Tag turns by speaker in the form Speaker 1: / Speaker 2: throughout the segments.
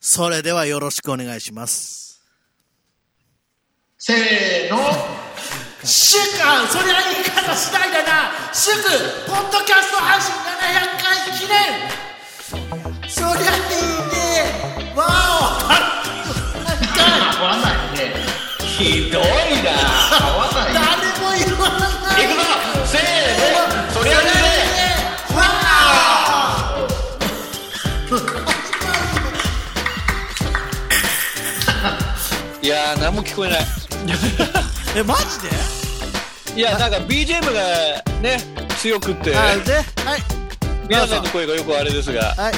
Speaker 1: それではよろしくお願いします。
Speaker 2: せーの
Speaker 3: 祝あそれは言い方次第だな祝ポッドキャスト配信700回記念そりゃいいねわ
Speaker 2: 合わないね
Speaker 4: ひどいな
Speaker 2: 合わな
Speaker 3: お
Speaker 2: いね
Speaker 3: 誰も言わない
Speaker 4: いくぞせーのそりゃね
Speaker 3: わあ
Speaker 4: いやー何も聞こえない
Speaker 1: え、マジで
Speaker 4: いやなんか BGM がね強くって
Speaker 1: あ、で、はい、
Speaker 4: 皆さんの声がよくあれですが
Speaker 1: はい。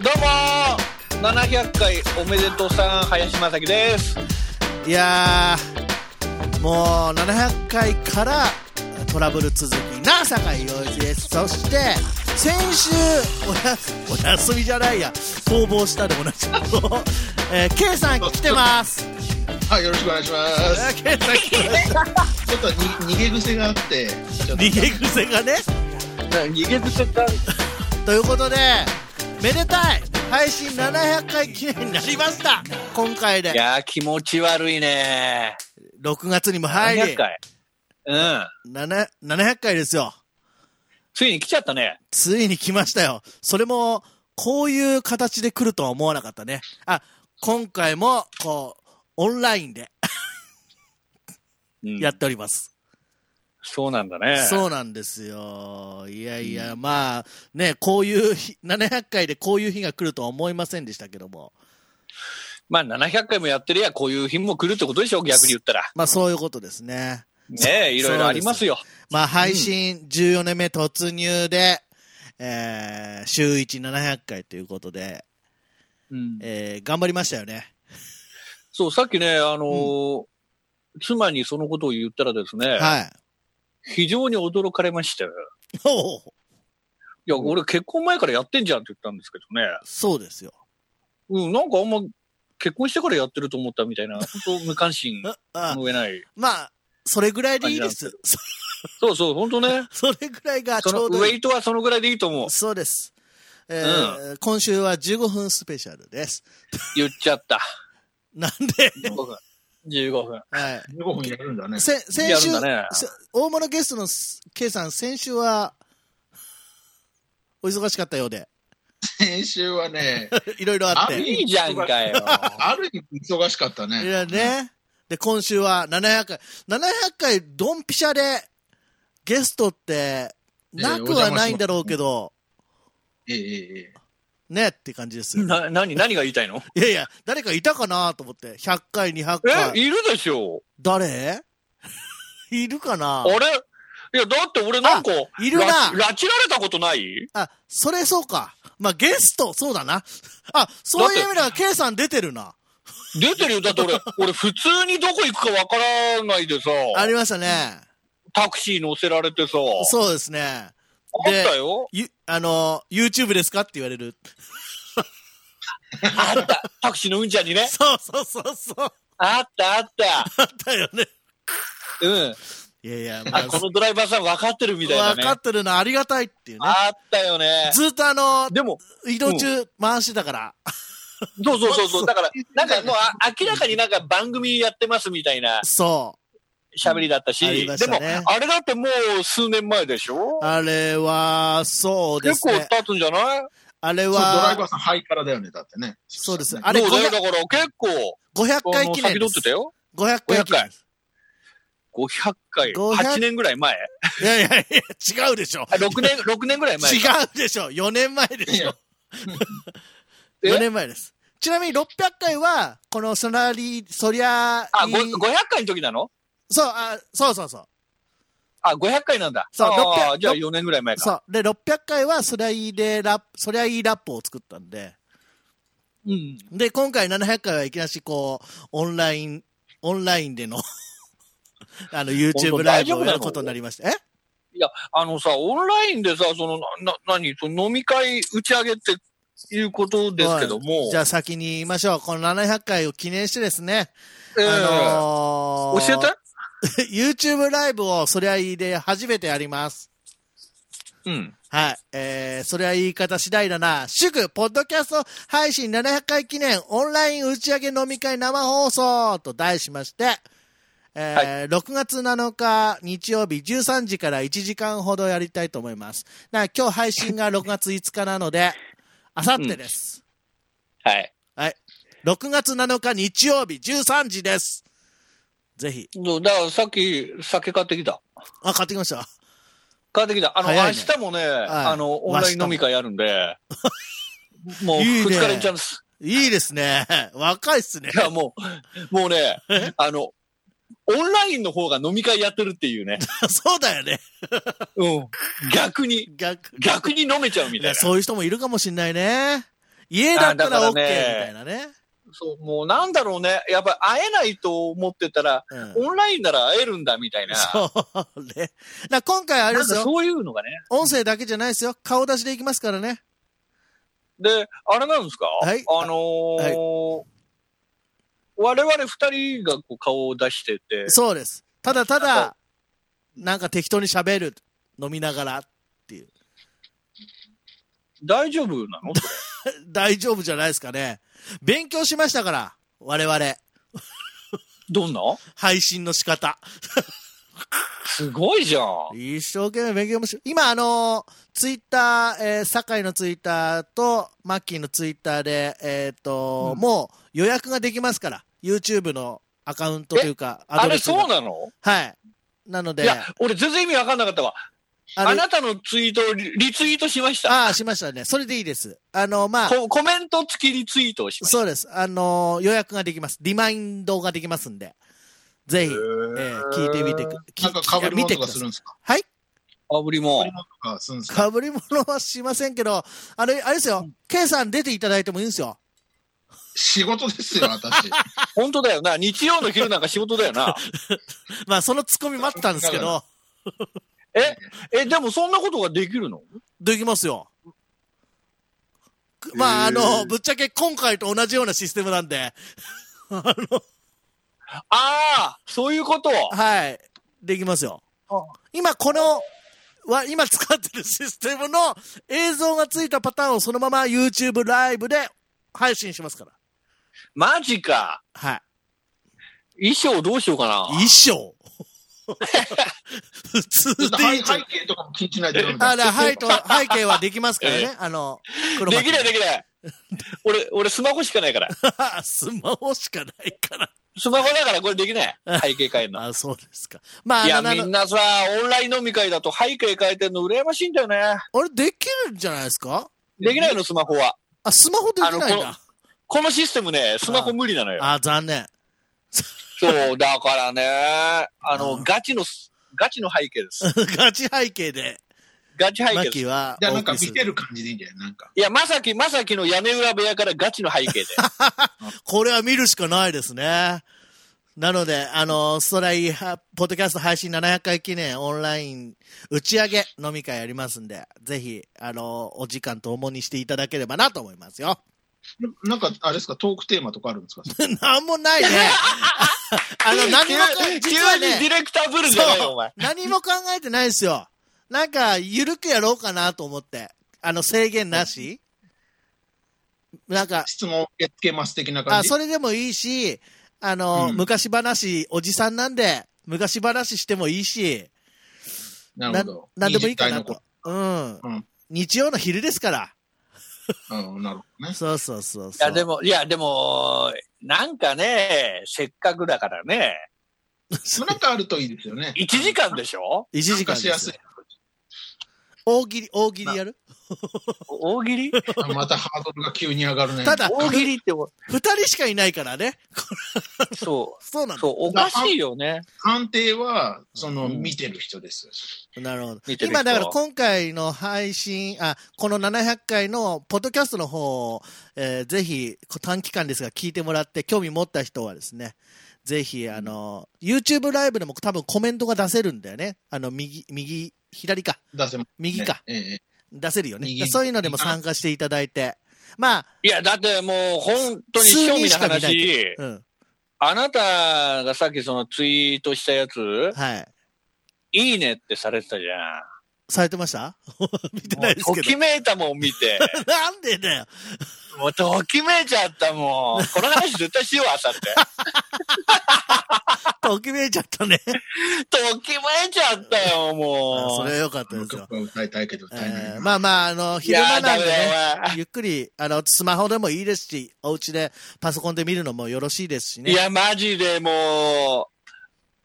Speaker 4: どうもー700回おめでとうさん林正樹です
Speaker 1: いやー、もう700回からトラブル続きな坂井陽一です。そして、先週おや す、お休みじゃないや、逃亡したで同じこと。えー、K さん来てます。
Speaker 2: はいよろしくお願いしま
Speaker 1: え
Speaker 2: す
Speaker 1: ー K さん来てます。
Speaker 2: ちょっとに逃げ癖があってちょっと
Speaker 1: 逃げ癖がね。
Speaker 4: 逃げずせた
Speaker 1: ということで、めでたい配信700回記念になりました。今回
Speaker 4: い
Speaker 1: で、
Speaker 4: やー気持ち悪いね
Speaker 1: 6月にも
Speaker 4: ー
Speaker 1: 入り
Speaker 4: 700、回うん
Speaker 1: 7 700回ですよ。
Speaker 4: ついに来ちゃったね
Speaker 1: ついに来ましたよ。それも、こういう形で来るとは思わなかったね。あ、今回も、こう、オンラインで
Speaker 4: うん
Speaker 1: やっております。
Speaker 4: そうなんだね
Speaker 1: そうなんですよ。いやいや、まあ、ね、こういう日、700回でこういう日が来るとは思いませんでしたけども。
Speaker 4: まあ700回もやってりゃこういう日も来るってことでしょ逆に言ったら
Speaker 1: まあ、そういうことですね。
Speaker 4: ねえいろいろありますよ
Speaker 1: まあ、配信14年目突入で、えー、週1700回ということで、
Speaker 4: うん
Speaker 1: えー、頑張りましたよね。
Speaker 4: そう、さっきね、あのー妻にそのことを言ったらですね、
Speaker 1: はい。
Speaker 4: 非常に驚かれましたよ。
Speaker 1: おう
Speaker 4: いや、俺結婚前からやってんじゃんって言ったんですけどね。
Speaker 1: そうですよ。
Speaker 4: うん、なんかあんま結婚してからやってると思ったみたいな、本当無関心
Speaker 1: あ あ
Speaker 4: の上ない。
Speaker 1: まあ、それぐらいでいいです。
Speaker 4: そうそう、本当ね。
Speaker 1: それぐらいがち
Speaker 4: その
Speaker 1: ょう
Speaker 4: ウ
Speaker 1: ど
Speaker 4: ェ
Speaker 1: いい。
Speaker 4: イトはそのぐらいでいい と思う。
Speaker 1: そうです。えー今週は15分スペシャルです。
Speaker 4: 言っちゃった。
Speaker 1: なんで、
Speaker 4: 15分。15分。
Speaker 1: は
Speaker 2: 15分やる んだね
Speaker 1: い。せ
Speaker 4: や
Speaker 1: 先
Speaker 4: る
Speaker 1: 週、
Speaker 4: んだね。
Speaker 1: せ大物ゲストの K さん、先週は、お忙しかったようで、
Speaker 2: 先週はね
Speaker 1: いろいろあって。
Speaker 4: いいじゃんかよ。
Speaker 2: ある意味忙しかった
Speaker 1: い
Speaker 2: ね
Speaker 1: やね。で、今週は700回。700回、ドンピシャで、ゲストって、なくはないんだろうけど、
Speaker 2: ええええ
Speaker 1: ねって感じですよ。
Speaker 4: な、何、何が言いたいの
Speaker 1: いやいや、誰かいたかなと思って。100回、200
Speaker 4: え、
Speaker 1: 回。
Speaker 4: いるでしょ
Speaker 1: 誰 いるかな
Speaker 4: あれいや、だって俺なんか、
Speaker 1: いるな
Speaker 4: 拉拉致られたことない
Speaker 1: あ、それそうか。まあ、ゲスト、そうだな。あ、そういう意味では、K さん出てるな。
Speaker 4: 出てるよ。だって俺、俺普通にどこ行くかわからないでさ、
Speaker 1: ありましたね。
Speaker 4: タクシー乗せられてさ、あ
Speaker 1: そうですね。
Speaker 4: ったよ。
Speaker 1: ゆ、あの、YouTube ですかって言われる。
Speaker 4: あった。タクシーのうんちゃんにね。
Speaker 1: そうそうそうそう。
Speaker 4: あったあった。
Speaker 1: あったよね。
Speaker 4: うん。
Speaker 1: いやいや、ま
Speaker 4: あ、
Speaker 1: あ、
Speaker 4: このドライバーさん分かってるみたいな
Speaker 1: 分
Speaker 4: ね。
Speaker 1: かってるな、ありがたいっていうね。
Speaker 4: あったよね。
Speaker 1: ずっとあの、
Speaker 4: でも、
Speaker 1: 移動中、回しだから。
Speaker 4: そうそうそうそう。だから、なんかもうあ明らかになんか番組やってますみたいな
Speaker 1: そ
Speaker 4: 喋りだったし、
Speaker 1: ありまし
Speaker 4: で
Speaker 1: たね
Speaker 4: も、あれだってもう数年前でしょ
Speaker 1: う。あれは、そうです
Speaker 4: 結構
Speaker 1: ね。
Speaker 4: 経つんじゃない
Speaker 1: あれ
Speaker 2: そうドライバ
Speaker 1: は、
Speaker 2: ーさんハイカラだよねだってね
Speaker 1: そうです
Speaker 2: ね
Speaker 1: あれ
Speaker 4: そうだよ
Speaker 1: 500
Speaker 4: だから結構、
Speaker 1: 500
Speaker 4: あ
Speaker 1: 回
Speaker 4: の
Speaker 1: 記念
Speaker 4: 先
Speaker 1: で
Speaker 4: 取って
Speaker 1: す
Speaker 4: た。よ。
Speaker 1: 500回記念です。
Speaker 4: 500回。
Speaker 1: 500
Speaker 4: 8年ぐらい前
Speaker 1: いやいやいや、違うでしょ。
Speaker 4: あ ?6 年、六年ぐらい前。
Speaker 1: 違うでしょ。4年前でしょ。
Speaker 4: え
Speaker 1: 4年前です。ちなみに600回は、このソナリ、ソリャー、
Speaker 4: あ、ご500回の時なの
Speaker 1: そう、あ、そうそうそう。
Speaker 4: あ、500回なんだ。
Speaker 1: そう
Speaker 4: あー
Speaker 1: 600
Speaker 4: じゃあ4年ぐらい前か。
Speaker 1: そう。で、600回はソリャイでラップ、ソリャイラップを作ったんで。
Speaker 4: うん。
Speaker 1: で、今回700回はいきなし、こう、オンライン、オンラインでの、 あの、
Speaker 4: 本
Speaker 1: YouTube
Speaker 4: 当
Speaker 1: ライ
Speaker 4: 大
Speaker 1: ブ
Speaker 4: 丈夫
Speaker 1: を
Speaker 4: なの
Speaker 1: やることになりました。え
Speaker 4: あのさ、オンラインでさ、その、な、な、に、その飲み会打ち上げっていうことですけど
Speaker 1: は
Speaker 4: も
Speaker 1: いじ、ゃあ先に言いましょう。この700回を記念してですね。
Speaker 4: えー
Speaker 1: あのー
Speaker 4: 教えて
Speaker 1: YouTube ライブをそりゃいいで初めてやります。
Speaker 4: うん。
Speaker 1: はい。えー、それは言い方次第だな。祝、ポッドキャスト配信700回記念、オンライン打ち上げ飲み会生放送と題しまして、えー6月7日日曜日13時から1時間ほどやりたいと思います。な今日配信が6月5日なので、あさってです。
Speaker 4: はい。
Speaker 1: 6月7日日曜日13時です。ぜひ。
Speaker 4: そうだからさっき酒買ってきた。
Speaker 1: あ、買ってきました。
Speaker 4: 買ってきた。あの、
Speaker 1: 早い
Speaker 4: 明
Speaker 1: ね
Speaker 4: 日もね、あの、オンライン飲み会やるんで、もう、
Speaker 1: いい
Speaker 4: 二
Speaker 1: ね
Speaker 4: 日連チャンです。
Speaker 1: いいですね。若いっすね
Speaker 4: い。や、もう、もう ね、あの、オンラインの方が飲み会やってるっていうね。
Speaker 1: そうだよね。
Speaker 4: うん。逆に、
Speaker 1: 逆に。
Speaker 4: 逆に飲めちゃうみ
Speaker 1: い
Speaker 4: たい
Speaker 1: や
Speaker 4: な。
Speaker 1: そういう人もいるかもしんないね。家だったら OK
Speaker 4: あだ
Speaker 1: み
Speaker 4: からね
Speaker 1: たいなね。
Speaker 4: そう、もうなんだろうね。やっぱ会えないと思ってたら、
Speaker 1: うん
Speaker 4: オンラインなら会えるんだみたいな。
Speaker 1: そうね。だから今回あれで
Speaker 4: なん
Speaker 1: す
Speaker 4: か
Speaker 1: よ。
Speaker 4: そういうのがね。
Speaker 1: 音声だけじゃないですよ。顔出しでいきますからね。
Speaker 4: で、あれなんですか、
Speaker 1: はい
Speaker 4: あのー我々二人がこう顔を出してて、
Speaker 1: そうです。ただた
Speaker 4: なん
Speaker 1: だ、なんか適当に喋る。飲みながら。
Speaker 4: 大丈夫なの
Speaker 1: 大丈夫じゃないですかね。勉強しましたから。我々。
Speaker 4: どんな
Speaker 1: 配信の仕方。
Speaker 4: すごいじゃん。
Speaker 1: 一生懸命勉強もし、今あのーツイッター、えー、酒井のツイッターと、マッキーのツイッターで、えっ、と、
Speaker 4: うん
Speaker 1: もう予約ができますから、YouTube のアカウントというか、ア
Speaker 4: あ
Speaker 1: ド
Speaker 4: れ
Speaker 1: レスが
Speaker 4: そうなの
Speaker 1: はい。なの
Speaker 4: い
Speaker 1: で、
Speaker 4: や、俺全然意味わかんなかったわ。
Speaker 1: あ
Speaker 4: あ
Speaker 1: の
Speaker 4: なたのツイートをリリツイートしました。
Speaker 1: ああ、しましたね。それでいいです。あの、まあ、
Speaker 4: こコメント付きリツイートをしまし
Speaker 1: そうです。あのー予約ができます。リマインドができますんで、ぜひ、
Speaker 4: た。
Speaker 1: えー聞いてみてく、き
Speaker 2: なんか被る
Speaker 1: 見
Speaker 2: もの
Speaker 1: て
Speaker 2: と
Speaker 1: くださ
Speaker 2: かす
Speaker 1: い
Speaker 2: るん。ですか
Speaker 1: はい
Speaker 4: あぶりも
Speaker 2: 被る。ものとかするんですか
Speaker 1: かぶり物はしませんけど、あれ、あれですよ、K さん出ていただいてもいいんですよ。
Speaker 2: 仕事ですよ、私。
Speaker 4: 本当だよな。日曜の昼なんか仕事だよな。
Speaker 1: まあ、そのツッコミ待ってたんですけど、
Speaker 4: え、でもそんなことができるの
Speaker 1: できますよ。まあ、あ
Speaker 2: へー
Speaker 1: の、ぶっちゃけ今回と同じようなシステムなんで、
Speaker 4: ああー、そういうこと。
Speaker 1: はい、できますよ
Speaker 4: あ。
Speaker 1: 今、この、は、今使ってるシステムの映像がついたパターンをそのまま YouTube ライブで配信しますから。
Speaker 4: マジか。
Speaker 1: はい。
Speaker 4: 衣装どうしようかな。
Speaker 1: 衣装普通で
Speaker 2: 背
Speaker 1: いいじゃん
Speaker 2: 背景とかも気にしないとダメだ
Speaker 1: あ、だから背と、背景はできますからね。あの、黒
Speaker 4: できないできない。俺、俺スマホしかないから。
Speaker 1: ない。 スマホしかないから。
Speaker 4: スマホだからこれできない。背景変えるの。
Speaker 1: あ、そうですか。まあ、
Speaker 4: い
Speaker 1: あ
Speaker 4: や、
Speaker 1: のあ
Speaker 4: み
Speaker 1: の
Speaker 4: ん、なさ、オンライン飲み会だと背景変えてんの羨ましいんだよね。
Speaker 1: あれできるんじゃないですか
Speaker 4: できないの、スマホは。
Speaker 1: あ、スマホできない
Speaker 4: あ
Speaker 1: ん
Speaker 4: のこの
Speaker 1: だ。
Speaker 4: このシステムね、スマホ無理なのよ。
Speaker 1: あ、残念。
Speaker 4: そう、だからね、あ
Speaker 1: あ
Speaker 4: の、ガチのす、ガチの背景 です。
Speaker 1: ガチ背景で、
Speaker 4: ガチ背
Speaker 1: マ
Speaker 4: 景で
Speaker 1: キ
Speaker 4: す。
Speaker 1: は
Speaker 2: じゃあ
Speaker 1: お
Speaker 2: なん
Speaker 1: 送
Speaker 2: か
Speaker 1: りす
Speaker 2: 見
Speaker 1: る。
Speaker 2: てる感じでいいんじゃないなんか。
Speaker 4: いや、まさき、まさきの屋根裏部屋からガチの背景で。
Speaker 1: これは見るしかないですね。なので、あの、ストライハ、ポッドキャスト配信700回記念オンライン打ち上げ飲み会やりますんで、ぜひ、あの、お時間ともにしていただければなと思いますよ。
Speaker 2: ななんか、あれですか、トークテーマとかあるんですか
Speaker 1: なんもないね。 あの、何
Speaker 4: 急
Speaker 1: もか、
Speaker 4: 急
Speaker 1: 実は
Speaker 4: にディ
Speaker 1: ね、
Speaker 4: レクターぶるんじゃないよ、
Speaker 1: そ
Speaker 4: お前
Speaker 1: う。、何も考えてないですよ。なんか、ゆるくやろうかなと思って。あの、制限なしなんか、
Speaker 2: 質問受け付けます的な感
Speaker 1: あ、
Speaker 2: じ。
Speaker 1: それでもいいし、あの、
Speaker 2: うん
Speaker 1: 昔話、おじさんなんで、昔話してもいいし、
Speaker 2: なる
Speaker 1: な
Speaker 2: ほど。
Speaker 1: なんでもいいかな
Speaker 2: 20代
Speaker 1: と。うん。
Speaker 2: うん
Speaker 1: 日曜の昼ですから。
Speaker 2: の頃うん、なるほどね。
Speaker 1: そうそうそう
Speaker 4: い
Speaker 1: そう。
Speaker 4: や、でも、いや、でも、なんかね、せっかくだからね、
Speaker 2: そなんかあるといいですよね。
Speaker 4: 1時間で しょ
Speaker 1: 1時間
Speaker 2: 参加し
Speaker 1: で
Speaker 2: や
Speaker 1: す
Speaker 2: すい
Speaker 1: よ。。大喜利、大喜利やる
Speaker 4: 大喜利
Speaker 2: あまたハードルが急に上がるね。
Speaker 1: ただ、
Speaker 4: 大喜
Speaker 1: 2
Speaker 4: 利っても、
Speaker 1: 人しかいないからね。
Speaker 4: そ
Speaker 1: そうな
Speaker 4: う、
Speaker 1: ん
Speaker 4: そう、おかしいよね。
Speaker 2: 判定は、その、
Speaker 4: うん
Speaker 2: 見てる人です。
Speaker 1: だ。なるほど。
Speaker 4: 見てる人
Speaker 1: 今、だから今回の配信、あ、この700回のポッドキャストの方を、えーぜひこ短期間ですが聞いてもらって、興味持った人はですね、ぜひ、あの、YouTube ライブでも多分コメントが出せるんだよね。あの、右、右、左か、
Speaker 2: 出せます、ね。
Speaker 1: 右か、
Speaker 2: ええ
Speaker 1: 出せるよね。
Speaker 2: 右
Speaker 1: そういうのでも参加していただいて。まあ、
Speaker 4: いや、だってもう、本当に興味
Speaker 1: 数
Speaker 4: の
Speaker 1: 人しか見ない
Speaker 4: 話、
Speaker 1: うん。
Speaker 4: あなたがさっきそのツイートしたやつ、
Speaker 1: はい。
Speaker 4: いいねってされてたじゃん。
Speaker 1: されてました 見てないです
Speaker 4: と
Speaker 1: け
Speaker 4: き
Speaker 1: ど。
Speaker 4: めいたもん見 て。
Speaker 1: なんで だよ。
Speaker 4: もうときめいちゃったもん。この話絶対しよう、あ さって。
Speaker 1: ときめいちゃったね。
Speaker 4: ときめいちゃったよ、
Speaker 1: あ
Speaker 4: も。
Speaker 1: そうれは良かったです
Speaker 2: 曲
Speaker 1: よ
Speaker 2: は。歌いたいけど歌えないな。
Speaker 1: えーまあまあ、あの、
Speaker 4: い
Speaker 1: 昼
Speaker 4: や
Speaker 1: 間
Speaker 4: ー、
Speaker 1: な
Speaker 4: ダ
Speaker 1: ん
Speaker 4: メ
Speaker 1: で
Speaker 4: だよ
Speaker 1: ね、
Speaker 4: お 前
Speaker 1: ゆっくり、あの、スマホでもいいですし、お家でパソコンで見るのもよろしいですしね。
Speaker 4: いや、マジでもう、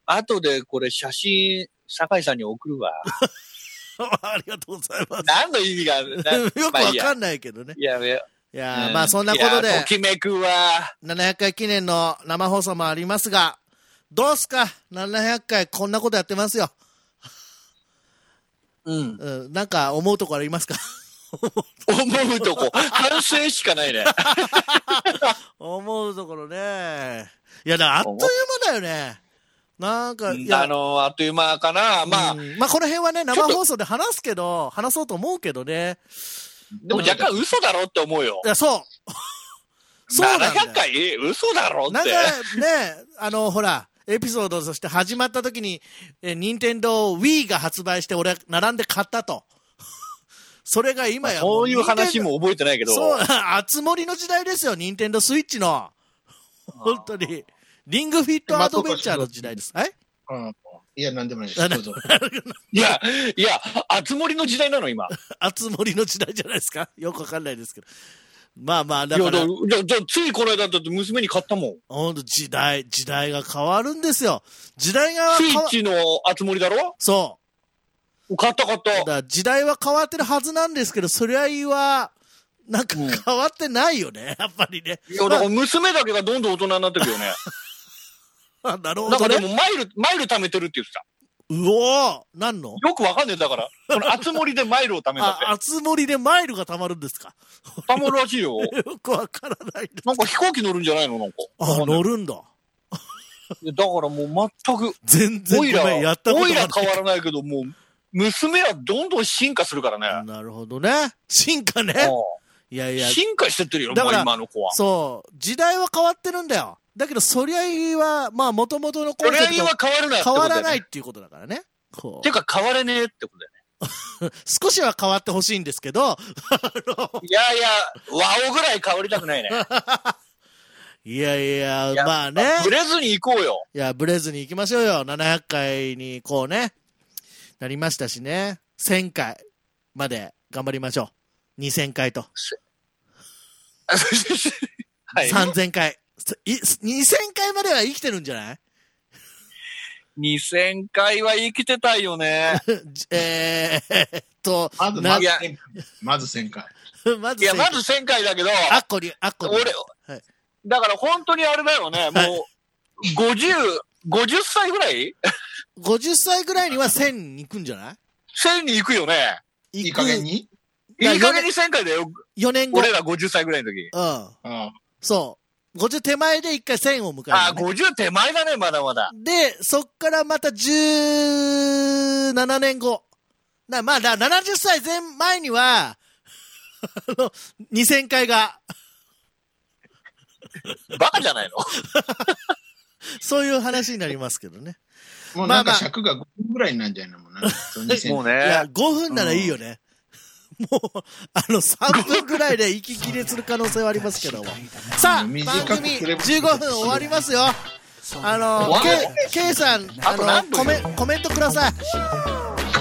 Speaker 4: 後でこれ写真、酒井さんに 送るわ。
Speaker 1: ありがとうございます。
Speaker 4: 何の意味がある な
Speaker 1: よくわ
Speaker 4: まあいいや
Speaker 1: かんないけどね。
Speaker 4: いや、いや
Speaker 1: いやー
Speaker 4: う
Speaker 1: まあそんなこと
Speaker 4: いや
Speaker 1: で
Speaker 4: と、きめくわ。
Speaker 1: 700回記念の生放送もありますが、どうすか ?700 回こんなことやってますよ。
Speaker 4: うん。
Speaker 1: うん、なんか思うとこあります か
Speaker 4: 思うとこ、反省しかないね。
Speaker 1: 思うところね。いや、だからあっという間だよね。なんか、 いや、
Speaker 4: あの、あっという間かな。まあ
Speaker 1: う、んまあこの辺はね、生
Speaker 4: ちょっと
Speaker 1: 放送で話すけど、話そうと思うけどね。
Speaker 4: でも若干嘘だろって思うよ
Speaker 1: い。や、そう。 そうなんだよ
Speaker 4: 700回嘘だろって
Speaker 1: なん。かね、あの、ほら、エピソードとして始まった時に、えー、任天堂 Wii が発売して、俺は並んで買ったと。 それが今やも
Speaker 4: そういう話も覚えてないけど。
Speaker 1: そう、 あつ森の時代ですよ、任天堂スイッチの。本当に。リングフィットアドベンチャーの時代です。え
Speaker 2: うんいや、なんでもないで
Speaker 1: あ
Speaker 2: す。
Speaker 1: な
Speaker 2: どうぞ。
Speaker 4: いや、いや、あつ森の時代なの、今。
Speaker 1: あつ森の時代じゃないですか よくわかんないですけど。まあまあ、
Speaker 4: い
Speaker 1: だ
Speaker 4: や、
Speaker 1: か
Speaker 4: だだ
Speaker 1: ら、
Speaker 4: だついこの間だって娘に買ったもん。
Speaker 1: ほんと時代、時代が変わるんですよ。時代が
Speaker 4: スイ
Speaker 1: 変
Speaker 4: ッ
Speaker 1: わ、
Speaker 4: チのあつ森だろ
Speaker 1: そう。
Speaker 4: 買った買っ
Speaker 1: だか
Speaker 4: た。
Speaker 1: ら時代は変わってるはずなんですけど、そりゃいいは、なんか
Speaker 4: うん
Speaker 1: 変わってないよね、やっぱりね。
Speaker 4: いや、だから娘だけがどんどん大人になってく よね。
Speaker 1: あなるほ
Speaker 4: だか
Speaker 1: ど
Speaker 4: らで
Speaker 1: ね。
Speaker 4: もマイル、マイル貯めてるって言ってた。
Speaker 1: うおーなんの
Speaker 4: よくわかんねえんだから。この熱盛でマイルを貯めた
Speaker 1: あ
Speaker 4: っ、て。
Speaker 1: 熱盛でマイルが溜まるんですか
Speaker 4: 貯まるらしい よ。
Speaker 1: よくわからないです。
Speaker 4: なんか飛行機乗るんじゃないのなんか。
Speaker 1: あ、乗るんだ。
Speaker 4: だからもう全く、
Speaker 1: 全然
Speaker 4: オイラ
Speaker 1: ごめん、やったこと
Speaker 4: オイ
Speaker 1: が
Speaker 4: ラ変
Speaker 1: な
Speaker 4: わらないけど、もう、娘はどんどん進化するから
Speaker 1: い。
Speaker 4: ね。
Speaker 1: なるほどね。進化ね。いやいや、
Speaker 4: 進化してってるよ、
Speaker 1: だ
Speaker 4: も
Speaker 1: か
Speaker 4: う
Speaker 1: ら
Speaker 4: 今の子は。
Speaker 1: そう。時代は変わってるんだよ。だけど、そりゃいいは、まあ、もともとのコ
Speaker 4: こ
Speaker 1: ン
Speaker 4: れ
Speaker 1: セプト
Speaker 4: は変わるなって
Speaker 1: 変
Speaker 4: こと
Speaker 1: わ
Speaker 4: だ
Speaker 1: ら
Speaker 4: よね
Speaker 1: ないっていうことだからね。こう
Speaker 4: てか変われねえってことだよね。
Speaker 1: 少しは変わってほしいんですけど、
Speaker 4: いやいや、ワオぐらい変わりたくないね。
Speaker 1: いやいや、
Speaker 4: いや
Speaker 1: まあね。
Speaker 4: ブレずに行こ うよ。
Speaker 1: いや、ブレずに行きましょうよ。700回にこうね、なりましたしね。1000回まで頑張りましょう。2000回と。
Speaker 4: はい。
Speaker 1: 3000回。すい2000回までは生きてるんじゃない
Speaker 4: 2000回は生きてたいよ ね。
Speaker 1: じえー、っと、
Speaker 2: まず、
Speaker 1: な
Speaker 2: まず1000まず1000回。
Speaker 1: まず
Speaker 4: いや、
Speaker 1: 1000
Speaker 4: まず1000回だけど、
Speaker 1: あっこに、あっこに。
Speaker 4: 俺、
Speaker 1: はい
Speaker 4: だから本当にあれだよね、もう、50、50歳ぐらい
Speaker 1: 50歳ぐらいには1000行くんじゃな
Speaker 4: ?1000 に行くよね。
Speaker 1: い
Speaker 2: いい加減に
Speaker 1: いや
Speaker 4: いい加減に1000回だよ、
Speaker 1: ?4 年後。
Speaker 4: 俺ら50歳ぐらいの時。
Speaker 1: うん。
Speaker 2: あ
Speaker 1: そう。50手前で一回1000を迎える、
Speaker 4: あ、50手前だね、まだまだ。
Speaker 1: で、そっからまた17年後。なまあ、だ70歳前前には、あの、2000回が、
Speaker 4: バカじゃないの
Speaker 1: そういう話になりますけどね。
Speaker 2: あもうなんか尺が5分ぐらいなんじゃないのもんな。その2000
Speaker 4: もう
Speaker 1: いや、
Speaker 4: ね。
Speaker 1: 5分ならいいよね。もう、あの、3分ぐらいで息切れする可能性はありますけども。さあ、番組
Speaker 2: 短くすれば
Speaker 1: 15分終わりますよ。あの
Speaker 4: わ、
Speaker 1: K, K さん、あ
Speaker 4: あと何
Speaker 1: の、
Speaker 4: 分
Speaker 1: コメ、コメントください。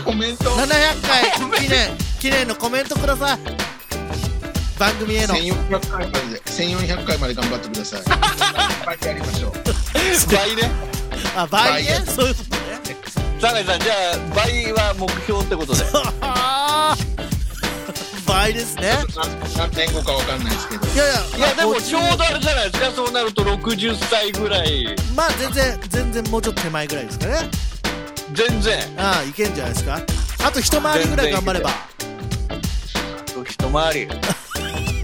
Speaker 2: コメント
Speaker 1: 700回記念、記念のコメントください。番組への。
Speaker 2: 1400回まで、1400回まで頑張ってください。頑張ってやりましょう。
Speaker 4: 倍ね。
Speaker 1: あ、倍ね
Speaker 2: 倍ね
Speaker 1: そういうことね。
Speaker 4: 酒井さん、じゃあ、倍は目標っ てことで。
Speaker 1: あー倍ですね。
Speaker 2: 何年後かわかんないですけど。
Speaker 1: いやいや、
Speaker 4: いや、でもちょう
Speaker 1: 50
Speaker 4: どあれじゃないですか、そうなると60歳ぐらい。
Speaker 1: まあ全然、全然もうちょっと手前ぐらいですかね。
Speaker 4: 全然。
Speaker 1: ああ、いけんじゃないですか。あと一回りぐらい頑張れば。
Speaker 4: 一回り。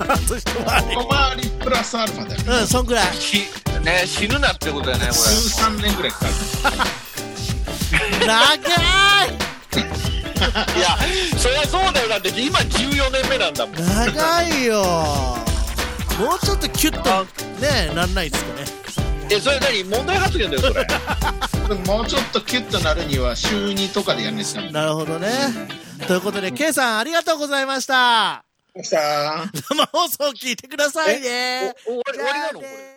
Speaker 1: あと一回り。
Speaker 2: 小回りプラスアルファだよね。
Speaker 1: うん、そんぐらい。
Speaker 4: き、ね、死ぬなってことだよね、こ
Speaker 2: 13年ぐらいかかる。
Speaker 1: 長い
Speaker 4: れ。いや、そりゃそうだよ。だって今14年目なんだもん。
Speaker 1: 長いよもうちょっとキュッとね、なんないですかね。
Speaker 4: え、それ何問題発言だよ、それ。
Speaker 2: もうちょっとキュッとなるには週2とかでやんないとダメ
Speaker 1: なるほどね。ということで、K さんありがとうございました。
Speaker 2: ました。
Speaker 1: 生放送聞いてくださいね。
Speaker 4: お終わり終わりなの
Speaker 1: じ
Speaker 4: こ
Speaker 1: ゃあね
Speaker 4: れ。